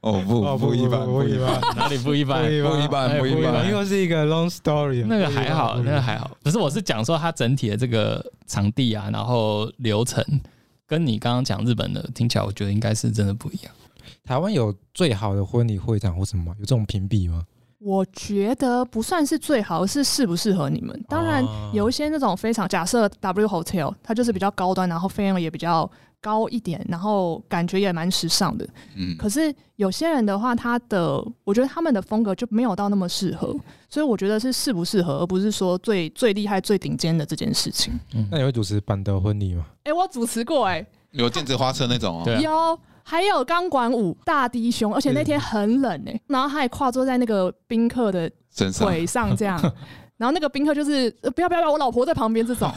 S2: 哦不不一般，不一般，
S4: 哪里不一般？
S2: 不一般，
S4: 哎
S2: 不一
S4: 不一
S2: 般
S4: 般。
S3: 又是一个 long story。啊
S4: 那个还好，那个还好。不是，我是讲说它整体的这个场地啊，然后流程，跟你刚刚讲日本的听起来，我觉得应该是真的不一样。
S3: 台湾有最好的婚礼会场或什么吗？有这种评比吗？
S5: 我觉得不算是最好，是适不适合你们。当然，
S3: 哦
S4: 嗯
S5: 有一些那种非常假设 W Hotel，它就是比较高端，然后费用也比较高一点，然后感觉也蛮时尚的。
S2: 嗯，
S5: 可是有些人的话，他的我觉得他们的风格就没有到那么适合，所以我觉得是适不适合，而不是说最最厉害、最顶尖的这件事情。
S4: 嗯
S3: 那，你会主持板德婚礼吗？
S5: 哎、我主持过哎、
S2: 有电子花车那种哦。
S4: 对啊
S5: 有。还有钢管舞大低胸，而且那天很冷哎、然后他还跨坐在那个宾客的
S2: 身上
S5: 腿 上这样，然后那个宾客就是、呃不要不要不要，我老婆在旁边这 种，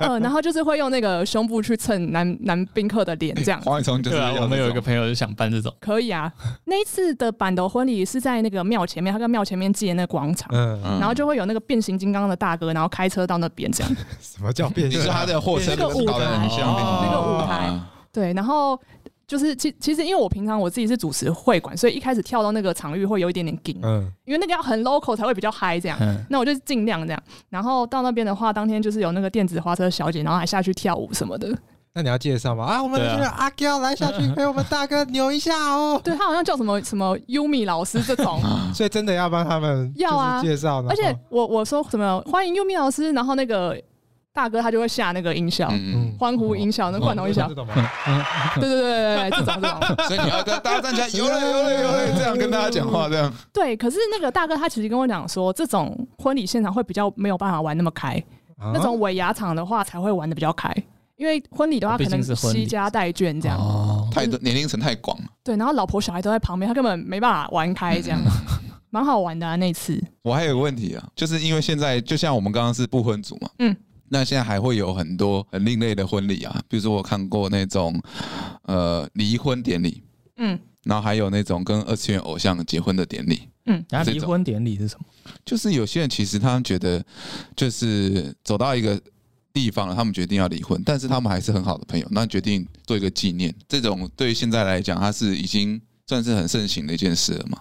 S5: 嗯，然后就是会用那个胸部去蹭男男宾客的脸 这样，
S2: 黄伟聪就是
S4: 对啊，
S2: 要
S4: 我们有一个
S2: 这种
S4: 朋友就想办这种，
S5: 可以啊。那一次的板斗婚礼是在那个庙前面，他跟庙前面借那个广场，
S3: 嗯，
S2: 嗯
S5: 然后就会有那个变形金刚的大哥，然后开车到那边这样。
S3: 什么叫变
S2: 嗯你说他的货车
S5: 那个舞
S2: 搞得很
S5: 台哦
S2: 像
S5: 那个舞台
S2: 啊
S5: 对，然后就是其其实因为我平常我自己是主持会馆，所以一开始跳到那个场域会有一点点紧，
S3: 嗯，
S5: 因为那个要很 local 才会比较嗨这样。
S4: 嗯，
S5: 那我就尽量这样，然后到那边的话，当天就是有那个电子花车小姐，然后还下去跳舞什么的。
S3: 那你要介绍吗？啊，我们
S4: 对
S3: 这
S4: 啊
S3: 个阿娇来下去陪我们大哥扭一下哦。
S5: 对他好像叫什么什么 Yumi 老师这种，
S3: 所以真的要帮他们
S5: 要啊
S3: 就是介绍呢，
S5: 而且我我说什么欢迎 Yumi 老师，然后那个大哥他就会下那个音效，
S2: 嗯，
S5: 欢呼音效，那罐头音效
S4: 哦
S3: 这，种吗
S5: 对对对对对，这种这种。
S2: 嗯所以你要跟大家站起来，有了有了有了，这样跟大家讲话，这样
S5: 对，可是那个大哥他其实跟我讲说，这种婚礼现场会比较没有办法玩那么开，
S3: 啊
S5: 那种尾牙场的话才会玩的比较开，因为婚礼的话
S4: 哦毕
S5: 可
S4: 竟
S5: 能
S4: 是婚礼
S5: 惜家带眷这样，
S4: 哦，
S2: 太多年龄层太广了。
S5: 对，然后老婆小孩都在旁边，他根本没办法玩开这样，
S3: 嗯
S5: 蛮好玩的啊那次，
S2: 我还有个问题啊，就是因为现在就像我们刚刚是不婚族嘛，
S5: 嗯，
S2: 那现在还会有很多很另类的婚礼啊，比如说我看过那种呃离婚典礼，
S5: 嗯，
S2: 然后还有那种跟二次元偶像结婚的典礼，
S4: 然后
S2: 这种
S4: 离婚典礼是什么？
S2: 就是有些人其实他们觉得就是走到一个。地方了，他们决定要离婚，但是他们还是很好的朋友，那决定做一个纪念。这种对于现在来讲，它是已经算是很盛行的一件事了嘛？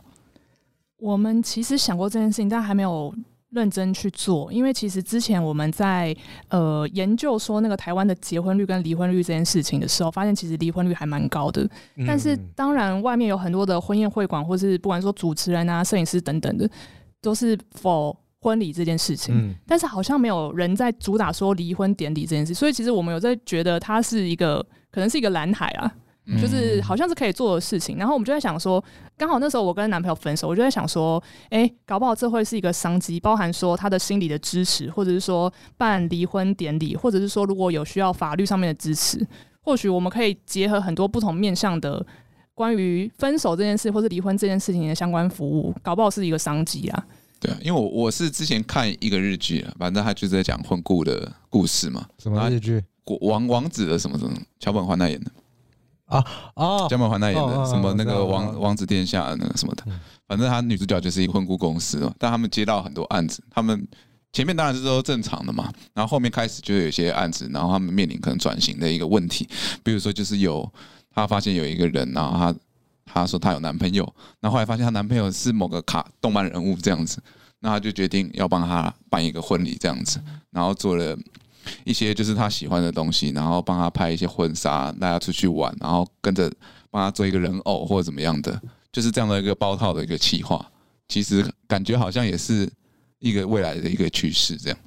S5: 我们其实想过这件事情，但还没有。认真去做，因为其实之前我们在呃研究说那个台湾的结婚率跟离婚率这件事情的时候，发现其实离婚率还蛮高的。但是
S3: 嗯
S5: 当然，外面有很多的婚宴会馆，或是不管说主持人啊、摄影师等等的，都是否婚礼这件事情。
S3: 嗯，
S5: 但是好像没有人在主打说离婚典礼这件事，所以其实我们有在觉得它是一个可能是一个蓝海啊，
S2: 嗯
S5: 就是好像是可以做的事情。然后我们就在想说，刚好那时候我跟男朋友分手，我就在想说，哎、搞不好这会是一个商机，包含说他的心理的支持，或者是说办离婚典礼，或者是说如果有需要法律上面的支持，或许我们可以结合很多不同面向的。关于分手这件事，或是离婚这件事情的相关服务，搞不好是一个商机啊。
S2: 对啊，因为我我是之前看一个日剧啊，反正他就是在讲婚故的故事嘛，
S3: 什么日剧
S2: 国王王子的什么什么，桥本环奈演的，
S3: 哦
S2: 桥本环奈演
S3: 哦哦
S2: 的
S3: 哦
S2: 什么那
S3: 我知
S2: 个
S3: 道我知
S2: 王
S3: 道
S2: 王子殿下那个什么的
S3: 嗯，
S2: 反正他女主角就是一个婚顾公司嘛，但他们接到很多案子，他们前面当然是都正常的嘛，然后后面开始就有一些案子，然后他们面临可能转型的一个问题，比如说就是有他发现有一个人，然后他他说他有男朋友，然后后来发现她男朋友是某个卡动漫人物这样子，那他就决定要帮她办一个婚礼这样子，然后做了一些就是她喜欢的东西，然后帮她拍一些婚纱，带她出去玩，然后跟着帮她做一个人偶或者怎么样的，就是这样的一个包套的一个企划。其实感觉好像也是一个未来的一个趋势，这样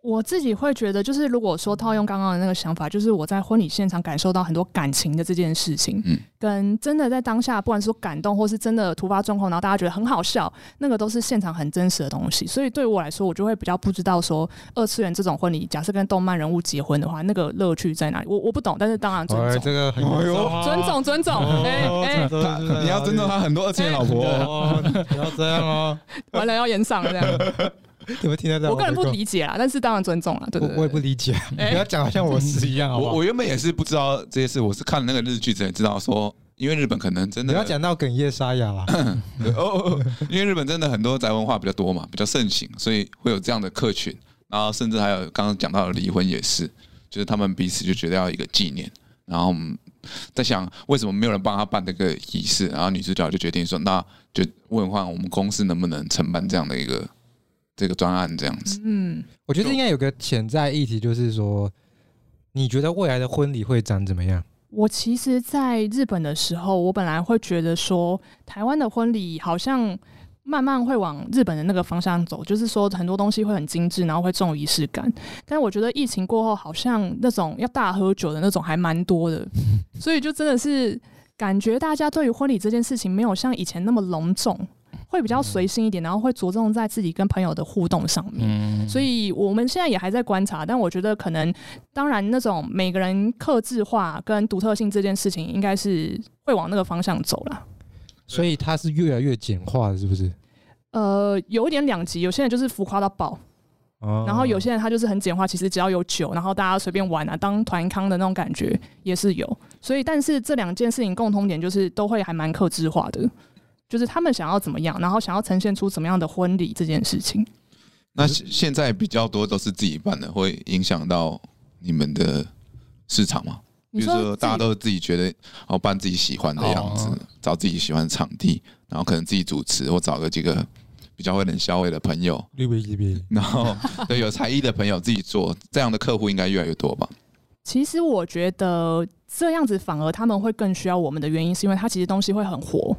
S5: 我自己会觉得，就是如果说套用刚刚的那个想法，就是我在婚礼现场感受到很多感情的这件事情，
S2: 嗯
S5: 跟真的在当下，不管是说感动，或是真的突发状况，然后大家觉得很好笑，那个都是现场很真实的东西。所以对我来说，我就会比较不知道说二次元这种婚礼，假设跟动漫人物结婚的话，那个乐趣在哪里？我我不懂，但是当然尊
S3: 哎，
S5: 重，
S3: 这个很
S2: 哎呦
S5: 尊
S3: 哦
S5: 重，尊重，哎哎、
S2: 他
S3: 啊
S2: 你要尊重他很多二次元老婆哦，
S3: 哦，不要这样哦！
S5: 完了要演上了这样，
S3: 你们听得到？
S5: 我个人不，理解啦，但是当然尊重啦，对
S3: 我
S5: 对对
S3: 我也不理解，不
S5: 哎
S3: 要讲好像我是一样，好不
S2: 我
S3: 好？
S2: 我原本也是不知道这些事，我是看了那个日剧才知道说，因为日本可能真
S3: 不
S2: 的
S3: 要讲到哽咽沙哑 啦。
S2: 哦哦，哦因为日本真的很多宅文化比较多嘛，比较盛行，所以会有这样的客群，然后甚至还有刚刚讲到的离婚也是，就是他们彼此就觉得要一个纪念，然后我们在想为什么没有人帮他办这个仪式，然后女主角就决定说，那就问换我们公司能不能承办这样的一个这个专案这样子，
S5: 嗯。
S3: 我觉得应该有个潜在议题，就是说，你觉得未来的婚礼会长怎么样？
S5: 我其实在日本的时候，我本来会觉得说，台湾的婚礼好像慢慢会往日本的那个方向走，就是说很多东西会很精致，然后会重仪式感。但我觉得疫情过后，好像那种要大喝酒的那种还蛮多的，所以就真的是感觉大家对于婚礼这件事情没有像以前那么隆重，会比较随性一点，然后会着重在自己跟朋友的互动上面。
S4: 嗯，
S5: 所以我们现在也还在观察，但我觉得可能，当然那种每个人克制化跟独特性这件事情，应该是会往那个方向走了。
S3: 所以它是越来越简化的，是不是？
S5: 呃，有一点两极，有些人就是浮夸到爆，
S3: 哦
S5: 然后有些人他就是很简化，其实只要有酒，然后大家随便玩啊，当团康的那种感觉也是有。所以，但是这两件事情共通点就是都会还蛮克制化的，就是他们想要怎么样，然后想要呈现出怎么样的婚礼这件事情。
S2: 那现现在比较多都是自己办的，会影响到你们的市场吗？比
S5: 你
S2: 如说，
S5: 自己
S2: 大家都自己觉得哦，办自己喜欢的样子，
S4: 哦
S2: 找自己喜欢的场地，然后可能自己主持，或找个几个比较会冷消费的朋友，
S3: 绿不绿不？
S2: 然 后对有才艺的朋友自己做，这样的客户应该越来越多吧？
S5: 其实我觉得这样子反而他们会更需要我们的原因，是因为它其实东西会很活，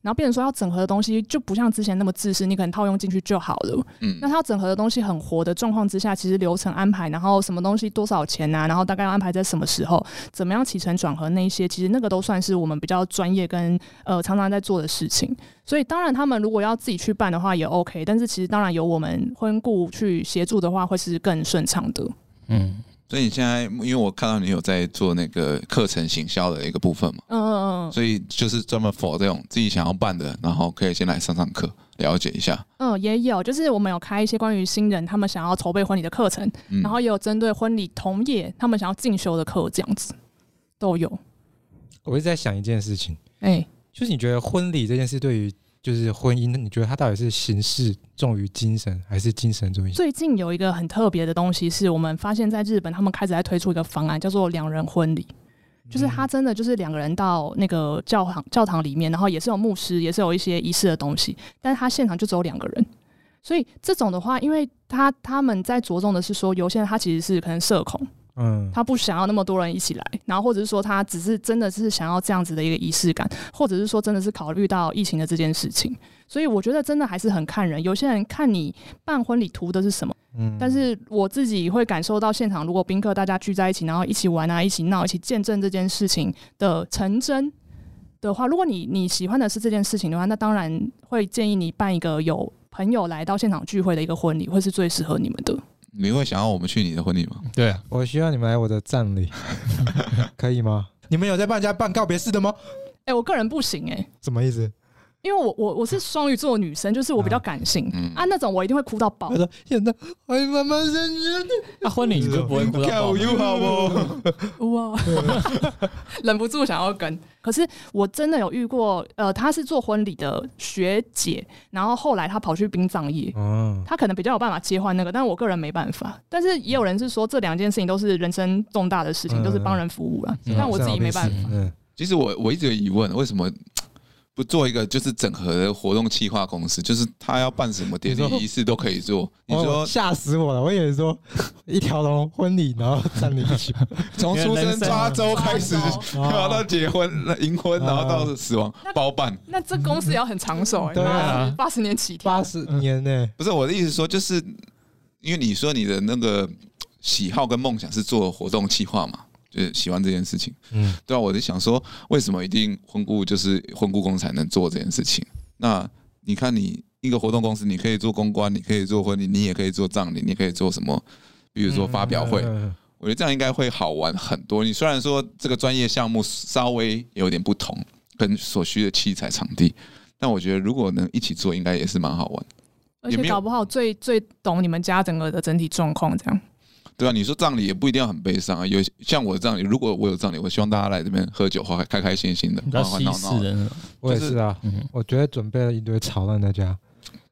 S5: 然后变成说要整合的东西就不像之前那么自私，你可能套用进去就好了。
S2: 嗯
S5: 那，它要整合的东西很活的状况之下，其实流程安排，然后什么东西多少钱啊，然后大概要安排在什么时候，怎么样起承转合那一些，其实那个都算是我们比较专业跟呃常常在做的事情。所以当然他们如果要自己去办的话也 OK，但是其实当然有我们婚顾去协助的话，会是更顺畅的。
S4: 嗯，
S2: 所以你现在，因为我看到你有在做那个课程行销的一个部分嘛，
S5: 嗯嗯嗯。
S2: 所以就是专门 for 这种自己想要办的，然后可以先来上上课，了解一下。
S5: 嗯，也有，就是我们有开一些关于新人他们想要筹备婚礼的课程，
S2: 嗯
S5: 然后也有针对婚礼同业他们想要进修的课，这样子都有。
S3: 我一直在想一件事情，
S5: 哎、
S3: 就是你觉得婚礼这件事对于就是婚姻，你觉得它到底是形式重于精神，还是精神重于？
S5: 最近有一个很特别的东西，是我们发现在日本他们开始在推出一个方案，叫做两人婚礼。就是他真的就是两个人到那个教堂教堂里面，然后也是有牧师，也是有一些仪式的东西，但是他现场就只有两个人，所以这种的话，因为他他们在着重的是说，有些人他其实是可能社恐，
S3: 嗯，
S5: 他不想要那么多人一起来，然后或者是说他只是真的是想要这样子的一个仪式感，或者是说真的是考虑到疫情的这件事情，所以我觉得真的还是很看人。有些人看你办婚礼图的是什么，
S3: 嗯
S5: 但是我自己会感受到现场，如果宾客大家聚在一起，然后一起玩啊，一起闹，一起见证这件事情的成真的话，如果你你喜欢的是这件事情的话，那当然会建议你办一个有朋友来到现场聚会的一个婚礼，会是最适合你们的。
S2: 你会想要我们去你的婚礼吗？
S4: 对啊，
S3: 我需要你们来我的葬 礼，可以吗？你们有在帮人家办告别式的吗？
S5: 哎、我个人不行哎、
S3: 什么意思？
S5: 因为我我我是双鱼座女生，就是我比较感性啊
S2: 嗯
S5: 那种我一定会哭到爆
S3: 他。说现在我
S4: 哎
S3: 妈妈生日，
S4: 那啊婚礼你就不会哭到爆吗？
S2: 好不？
S5: 哇， 忍不住想要跟。可是我真的有遇过，呃，她是做婚礼的学姐，然后后来她跑去殡葬业。
S3: 嗯，
S5: 她可能比较有办法切换那个，但我个人没办法。但是也有人是说这两件事情都是人生重大的事情，
S3: 嗯
S5: 都是帮人服务了、
S4: 嗯
S5: 但我自己没办法。
S3: 嗯，
S2: 其实我我一直有疑问，为什么不做一个就是整合的活动企划公司？就是他要办什么典
S3: 你
S2: 礼
S3: 说
S2: 仪式都可以做。你
S3: 哦
S2: 说
S3: 吓死我了！我以为 说一条龙婚礼，然后葬礼一 起办，
S2: 从出生抓周开始，
S5: 抓
S3: 哦
S5: 周
S2: 然后到结婚、银婚，然后到死亡
S5: 那
S2: 包办。
S5: 那这公司也要很长手哎、
S3: 对
S4: 啊
S5: 八十年起跳。
S3: 八十年呢、
S2: 不是我的意思说，就是因为你说你的那个喜好跟梦想是做活动企划嘛，就是喜欢这件事情。
S3: 嗯，
S2: 对啊，我就想说，为什么一定婚顾就是婚顾公司才能做这件事情？那你看，你一个活动公司，你可以做公关，你可以做婚礼，你也可以做葬礼，你可以做什么？比
S3: 比
S2: 如说发表会，
S3: 嗯
S2: 我觉得这样应该会好玩很多。你虽然说这个专业项目稍微有点不同，跟所需的器材、场地，但我觉得如果能一起做，应该也是蛮好玩。
S5: 而
S2: 也
S5: 且
S2: 没有
S5: 搞不好最最懂你们家整个的整体状况这样。
S2: 对啊，你说葬礼也不一定要很悲伤啊。有像我葬礼，如果我有葬礼，我希望大家来这边喝酒，开开开心心的
S4: 比，较
S2: 欢欢
S4: 西
S2: 闹
S4: 式
S2: 闹的。
S4: 的那种，
S3: 我也
S2: 就是
S3: 是啊，
S4: 嗯，
S3: 我觉得准备了一堆草让大家，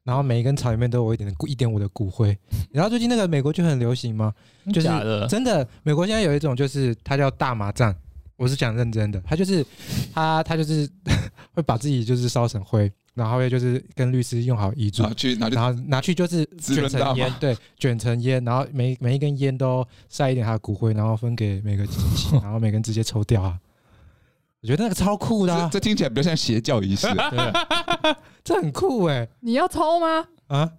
S3: 然后每一根草里面都有一点的骨一点我的骨灰。然后最近那个美国就很流行嘛，就是
S4: 嗯假的，
S3: 真的，美国现在有一种就是它叫大麻战，我是讲认真的，它就是它它就是 会把自己就是烧成灰，然后会就是跟律师用好遗嘱
S2: 拿，去拿去
S3: 然后拿去就是
S2: 啊滋润
S3: 卷
S2: 大麻
S3: 成烟，对，卷成烟，然后每每一根烟都晒一点它的骨灰，然后分给每个亲戚，然后每个人直接抽掉啊。我觉得那个超酷的、
S2: 这
S3: 啊，
S2: 这 听起来比较像邪教 仪式。
S3: 对这很酷哎、
S5: 你要抽吗？
S3: 啊！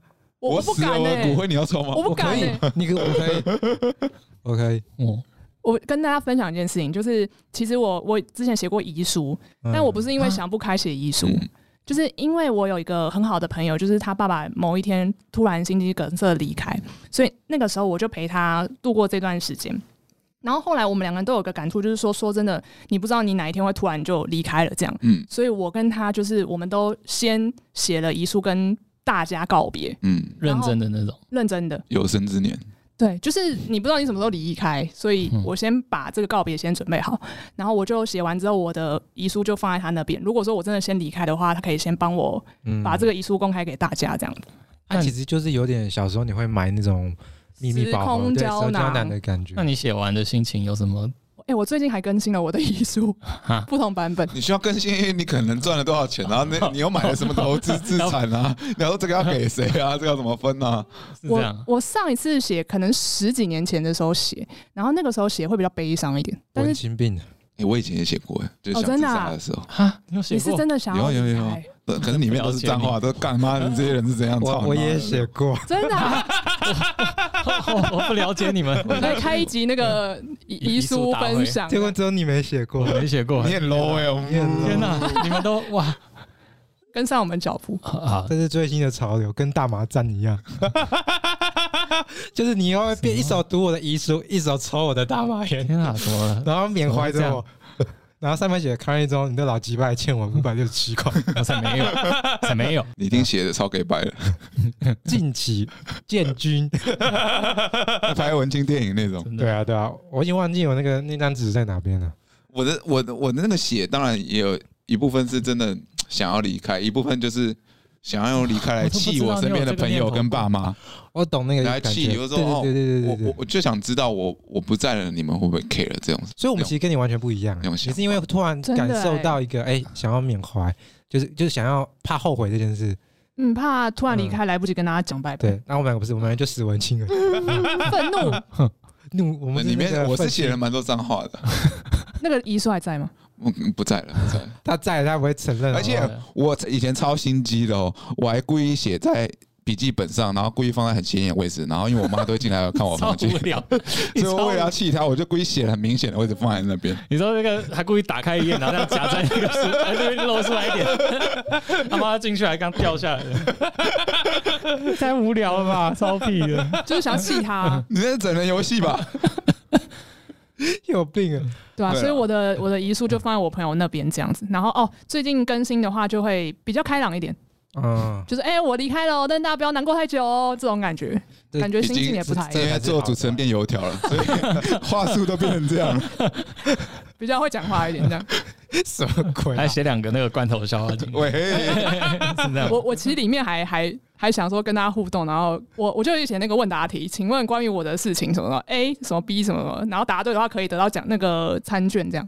S5: 我不
S2: 死了
S5: 敢欸
S2: 我
S5: 呢、
S2: 的骨灰你要抽吗？
S5: 我不敢
S3: 可以
S5: 欸，
S3: 你可我可以，我可以，
S4: 哦，
S5: 我跟大家分享一件事情，就是其实我我之前写过遗书，但我不
S3: 是
S5: 是因为想不开写遗书，
S2: 嗯
S5: 就是因为我有一个很好的朋友，就是他爸爸某一天突然心肌梗塞离开，所以那个时候我就陪他度过这段时间。然后后来我们两个人都有个感触，就是说说真的，你不知道你哪一天会突然就离开了这样。
S2: 嗯
S5: 所以我跟他就是我们都先写了遗书跟大家告别，
S2: 嗯，
S4: 认真的那种，
S5: 认真的。
S2: 有生之年，
S5: 对，就是你不知道你什么时候离开，所以
S4: 嗯
S5: 我先把这个告别先准备好，然后我就写完之后，我的遗书就放在他那边。如果说我真的先离开的话，他可以先帮我
S4: 嗯
S5: 把这
S3: 个，
S5: 个遗书公开给大家，这样子。
S3: 它其实就是有点小时候你会买那种秘密宝盒，
S5: 时空
S3: 对，
S5: 胶
S3: 胶
S5: 囊
S3: 囊的感觉
S4: 那。你写完的心情有什么？
S5: 哎、我最近还更新了我的遗书，
S4: 哈，
S5: 不同版本。
S2: 你需要更新，因为你可能赚了多少 钱啊？那你又买了什么投资资产 啊？然后这个要给谁啊？这个要怎么分 啊？
S4: 是这
S5: 我
S4: 样，
S5: 我上一次写可能十几年前的时候写，然后那个时候写会比较悲伤一点，但
S3: 文
S5: 是
S3: 青病，
S2: 哎，我以前也写过，哎就是
S5: 哦
S2: 想
S5: 真
S2: 自
S5: 的啊
S2: 杀的时候，
S4: 哈，你有写
S5: 你是
S4: 过？
S5: 真的想要
S2: 有有
S5: 离
S2: 有
S5: 开
S2: 呃可能里面都是脏话，都干妈的这些人是怎样？操
S3: 我
S2: 你妈
S3: 我也写过，
S5: 真的、啊，
S4: 我我不了解你们，
S5: 我来开一集那个遗
S4: 遗
S5: 遗
S4: 书
S5: 书
S4: 大会
S5: 分享。
S3: 结果只有你没写过
S4: 我。没写过
S2: 的，你。很 low 哎，我
S3: 你很
S2: 们
S3: low
S4: 天哪，你们都哇
S5: 跟上我们脚步，
S4: 嗯啊！
S3: 这是最新的潮流，跟大麻战一 样，就是你要变一手读我的遗书，一手抽我的大麻烟，
S4: 天哪，怎么了？
S3: 然后缅怀
S4: 怎
S3: 着
S4: 么
S3: 我，然后上面写的康一中，你的老鸡巴欠我五百六十 七块。
S4: 我哦才 没有，才没有。
S2: 你一定写的超给白的，
S3: 近期建军，
S2: 拍文青电影那种。
S3: 对啊对啊，我已经忘记我那个那张纸在哪边了。
S2: 我的我的我的那个写，当然也有一部分是真的想要离开，一部分就是想要用离开来
S4: 我都不
S2: 气
S4: 知道
S2: 我身边的
S4: 你有这个
S2: 朋友
S4: 念头
S2: 跟爸妈。
S3: 我懂那个
S2: 来
S3: 感觉，
S2: 气，
S3: 对
S2: 就
S3: 对
S2: 说哦，
S3: 对对对
S2: 我
S3: 对
S2: 我
S3: 对。
S2: 我就想知道我我不在了，你们会不会 care 这种？
S3: 所以，我们其实跟你完全不一样，啊
S2: 那种想法
S3: 你是因为突然感受
S5: 欸
S3: 到一个哎、想要缅怀，就是就是想要怕后悔这件事。
S5: 嗯，怕突然离开来不及跟大家讲拜
S2: 嗯
S5: 拜。
S3: 对，那我们两个不是，我们两个就死文青了。
S5: 愤怒，
S3: 怒，我们
S2: 里面
S3: 那个
S2: 我是
S3: 愤
S2: 写
S3: 青
S2: 了蛮多脏话的，
S5: 那个遗书还在吗？
S2: 我不在了，不在了。
S3: 他在，他不会承认。啊
S2: 而且
S4: 啊
S3: 好 不
S2: 我以前超心机的哦，我还故意写在笔记本上，然后故意放在很显眼的位置，然后因为我妈都会进来看我
S4: 超
S2: 房间
S4: 无，聊，你
S2: 所以我
S4: 哦 超
S2: 为了要气她，我就故意写了很明显的位置放在那边。
S4: 你说那个还故意打开一页，然后这样夹在那个书，还在那边露出来一点， 他妈进去还刚掉下来了， 太无聊了吧，超屁的，
S5: 就是想要气他、啊
S2: 你那是整人游戏吧？
S3: 有病啊！
S5: 对啊，
S2: 对啊
S5: 所以我的我的遗书就放在我朋友那边这样子。然后哦，最近更新的话就会比较开朗一点，
S3: 嗯，
S5: 就是哎、我离开了哦，但大家不要难过太久哦，这种感觉，
S3: 对
S5: 感觉
S2: 已
S5: 心
S2: 经
S5: 情也不太
S2: 因
S3: 这
S2: 为做主持人变油条了，所以 话术都变成这样了。
S5: 比较会讲话一点这样。
S3: 什 么鬼啊、
S4: 还写两个那个罐头笑话进去，
S2: 喂，
S4: 是这样
S5: 我我其实里面还还还想说跟大家互动，然后我我就写那个问答题，请问关于我的事情什么什么 A 什么 B 什么什么，然后答对的话可以得到奖那个餐券这样。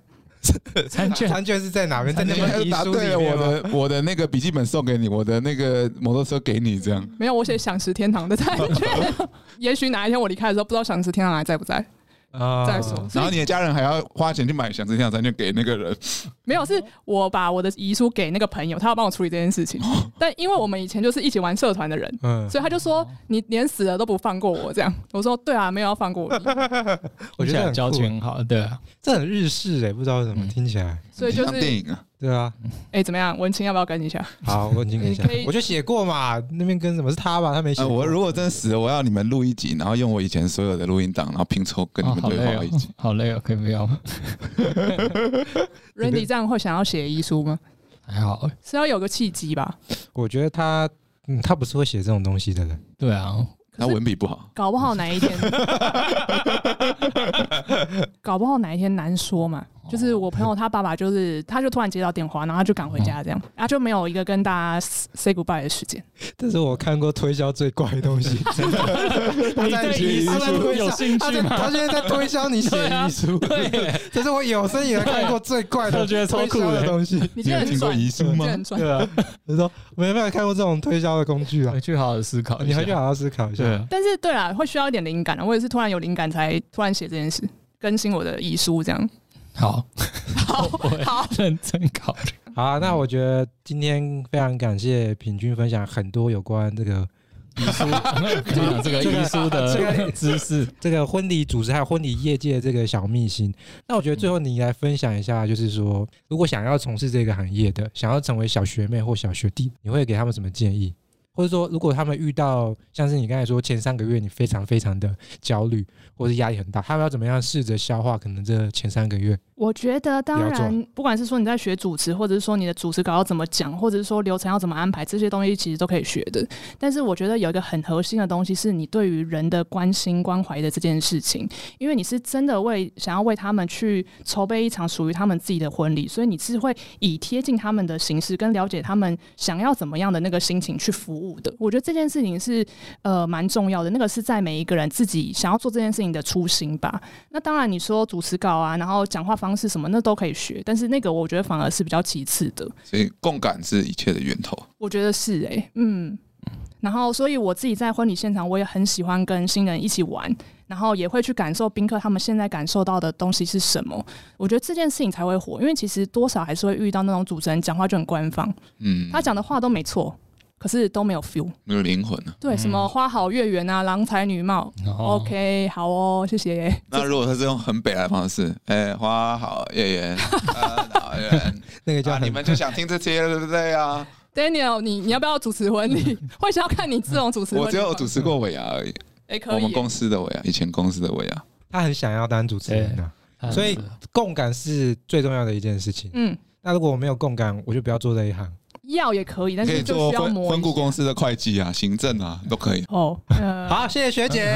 S4: 餐券
S3: 残卷是在哪边？在
S2: 你
S3: 那本
S2: 们
S3: 遗
S2: 答
S3: 书
S2: 对
S3: 里
S2: 了
S3: 面啊
S2: 我
S3: 吗？
S2: 的我的那个笔记本送给你，我的那个摩托车给你，这样。
S5: 没有，我写享食天堂的餐券。也许哪一天我离开的时候，不知道享食天堂还在不在。
S3: 啊
S5: 再说。
S2: 然后你的家人还要花钱去买祥子跳伞，就给那个人。
S5: 没有，是我把我的遗书给那个朋友，他要帮我处理这件事情。但因为我们以前就是一起玩社团的人，
S3: 嗯，
S5: 所以他就说你连死了都不放过我 这样。我说对啊，没有要放过你，
S3: 我觉得很
S4: 交
S3: 酷
S4: 情很好，对啊，
S3: 这很日式哎，不知道为什么
S4: 嗯
S3: 听起来，
S5: 所以就
S2: 像
S5: 是
S2: 电影啊，
S3: 对啊，
S5: 哎、怎么样？文青要不要跟一下？
S3: 好，我已经给你讲
S5: 你可以，
S3: 我就写过嘛，那边跟什么是他吧，他没写
S2: 呃，
S3: 过。
S2: 我如果真死了，我要你们录一集，然后用我以前所有的录音档，然后拼凑跟你
S4: 哦
S2: 们
S4: 好
S2: 对
S4: 累
S2: 话一
S4: 哦
S2: 集。，
S4: 好累哦，可以不要吗？
S5: Randy 这样会想要写遗书吗？
S4: 还好，
S5: 是要有个契机吧？
S3: 我觉得他，嗯，他不是会写这种东西的人，
S4: 对啊，
S2: 他文笔不好，
S5: 搞不好哪一天， 搞不好哪一天难说嘛。就是我朋友他爸爸，就是他就突然接到电话，然后他就赶回家这样，然后就没有一个跟大家 say goodbye 的时间。
S3: 这是我看过推销最怪的东 西。
S4: 你对遗
S3: 他在
S4: 书
S3: 推销
S4: 有兴
S3: 他
S4: 趣
S3: 在他
S4: 吗？
S3: 现在在推销你写遗书，
S4: 对，
S3: 这是我有生以来看过最怪 的，
S4: 我觉得超酷的
S3: 推销的东 西。
S5: 你
S2: 你
S5: 真的
S2: 有
S5: 很
S2: 听过
S5: 赚，
S2: 遗书
S5: 你真
S2: 吗
S5: 的？很赚。
S4: 对啊，
S3: 他说没有没有看过这种推销的工具啊
S4: 回，去好好思考一
S3: 你
S4: 下，
S3: 回去好好思考一下。
S4: 对啊，
S5: 但是对啦，会需要一点灵感啊。我也是突然有灵感才突然写这件事，更新我的遗书这样。
S4: 好，
S5: 好
S4: 我会
S5: 好，
S4: 认真考虑。
S3: 好啊，那我觉得今天非常感谢品君分享很多有关这个
S4: 遗书，分享这个遗书
S3: 这
S4: 的
S3: 个
S4: 知 识，
S3: 这个婚礼主持还有婚礼业界的这个小秘辛。那我觉得最后你来分享一下，就是说，如果想要从事这个行业的，想要成为小学妹或小学弟，你会给他们什么建议？或者说，如果他们遇到像是你刚才说前三个月你非常非常的焦虑，或是压力很大，他们要怎么样试着消化可能这前三个月？
S5: 我觉得当
S3: 不要
S5: 然，不管是说你在学主持，或者是说你的主持稿要怎么讲，或者是说流程要怎么安排，这些东西其实都可以学的。但是我觉得有一个很核心的东西是你对于人的关心关怀的这件事情，因为你是真的为想要为他们去筹备一场属于他们自己的婚礼，所以你是会以贴近他们的形式跟了解他们想要怎么样的那个心情去服务的。我觉得这件事情是呃蛮重要的，那个是在每一个人自己想要做这件事情的初心吧。那当然，你说主持稿啊，然后讲话方式什么，那都可以学，但是那个我觉得反而是比较其次的。
S2: 所以共感是一切的源头。
S5: 我觉得是诶、嗯。然后，所以我自己在婚礼现场，我也很喜欢跟新人一起玩，然后也会去感受宾客他们现在感受到的东西是什么。我觉得这件事情才会火，因为其实多少还是会遇到那种主持人讲话就很官方，
S2: 嗯，
S5: 他讲的话都没错，可是都没有 feel。
S2: 没有灵魂啊。
S5: 对，什么花好月圆啊，郎才女貌。
S4: 哦
S5: OK，好哦，谢谢。
S2: 那如果他是用很北来的方式，哎，花好月 圆，啊老人
S3: 那个叫
S2: 啊，
S3: 很
S2: 你们就想听这些，对不对 啊？
S5: Daniel，你你要不要主持婚 礼？会想要看你这种主持婚礼
S2: 我
S5: 吗？
S2: 只有主持过尾牙而已，
S5: 哎、可以耶。
S2: 我们公司的尾牙，啊以前公司的尾啊牙。
S3: 他很想要当主持人啊，所以共感是最重要的一件事情。
S5: 嗯，
S3: 那如果我没有共感，我就不要做这一行。
S5: 要也可以，但
S2: 可以
S5: 是就
S2: 做
S5: 需要
S2: 婚
S5: 磨
S2: 婚
S5: 一
S2: 顾
S5: 下。
S2: 公司的会计啊、行政啊，都可以。
S5: 哦， 呃，
S3: 好，谢谢学 姐，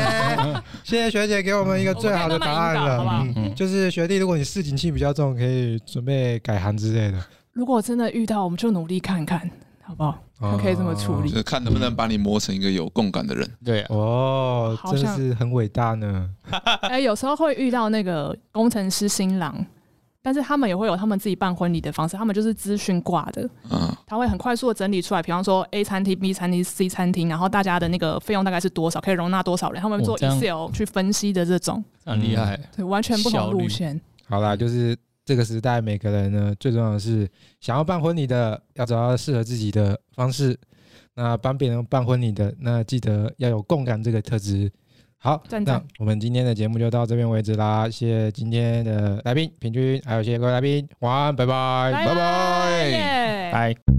S3: 谢谢学姐给我们一个最好的答案
S5: 我们可以慢慢引导好不好
S3: 了。嗯，就是学弟，如果你市井气比较重，可以准备改行之类的。
S5: 如果真的遇到，我们就努力看看，好 不好？
S3: 哦
S5: 可以这么处
S2: 就
S5: 理
S2: 是看能不能把你磨成一个有共感的人。
S4: 对啊，
S3: 哦，
S5: 好
S3: 真
S5: 像
S3: 是很伟大呢。
S5: 哎、有时候会遇到那个工程师新郎，但是他们也会有他们自己办婚礼的方式，他们就是资讯挂的，
S2: 嗯，
S5: 他会很快速的整理出来，比方说 A 餐厅、B 餐厅、C 餐厅，然后大家的那个费用大概是多少，可以容纳多少人，他们做
S4: 哦这样
S5: Excel 去分析的这种，
S4: 很厉害，
S5: 对，完全不
S4: 效
S5: 同
S4: 率
S5: 路线。
S3: 好啦，就是这个时代，每个人呢，最重要的是想要办婚礼的，要找到适合自己的方式。那帮别人办婚礼的，那记得要有共感这个特质。好，
S5: 赞
S3: 那
S5: 赞
S3: 我们今天的节目就到这边为止啦，谢谢今天的来宾平均，还有谢谢各位来宾，晚安，拜拜
S5: 拜
S2: 拜
S5: 耶
S4: 拜。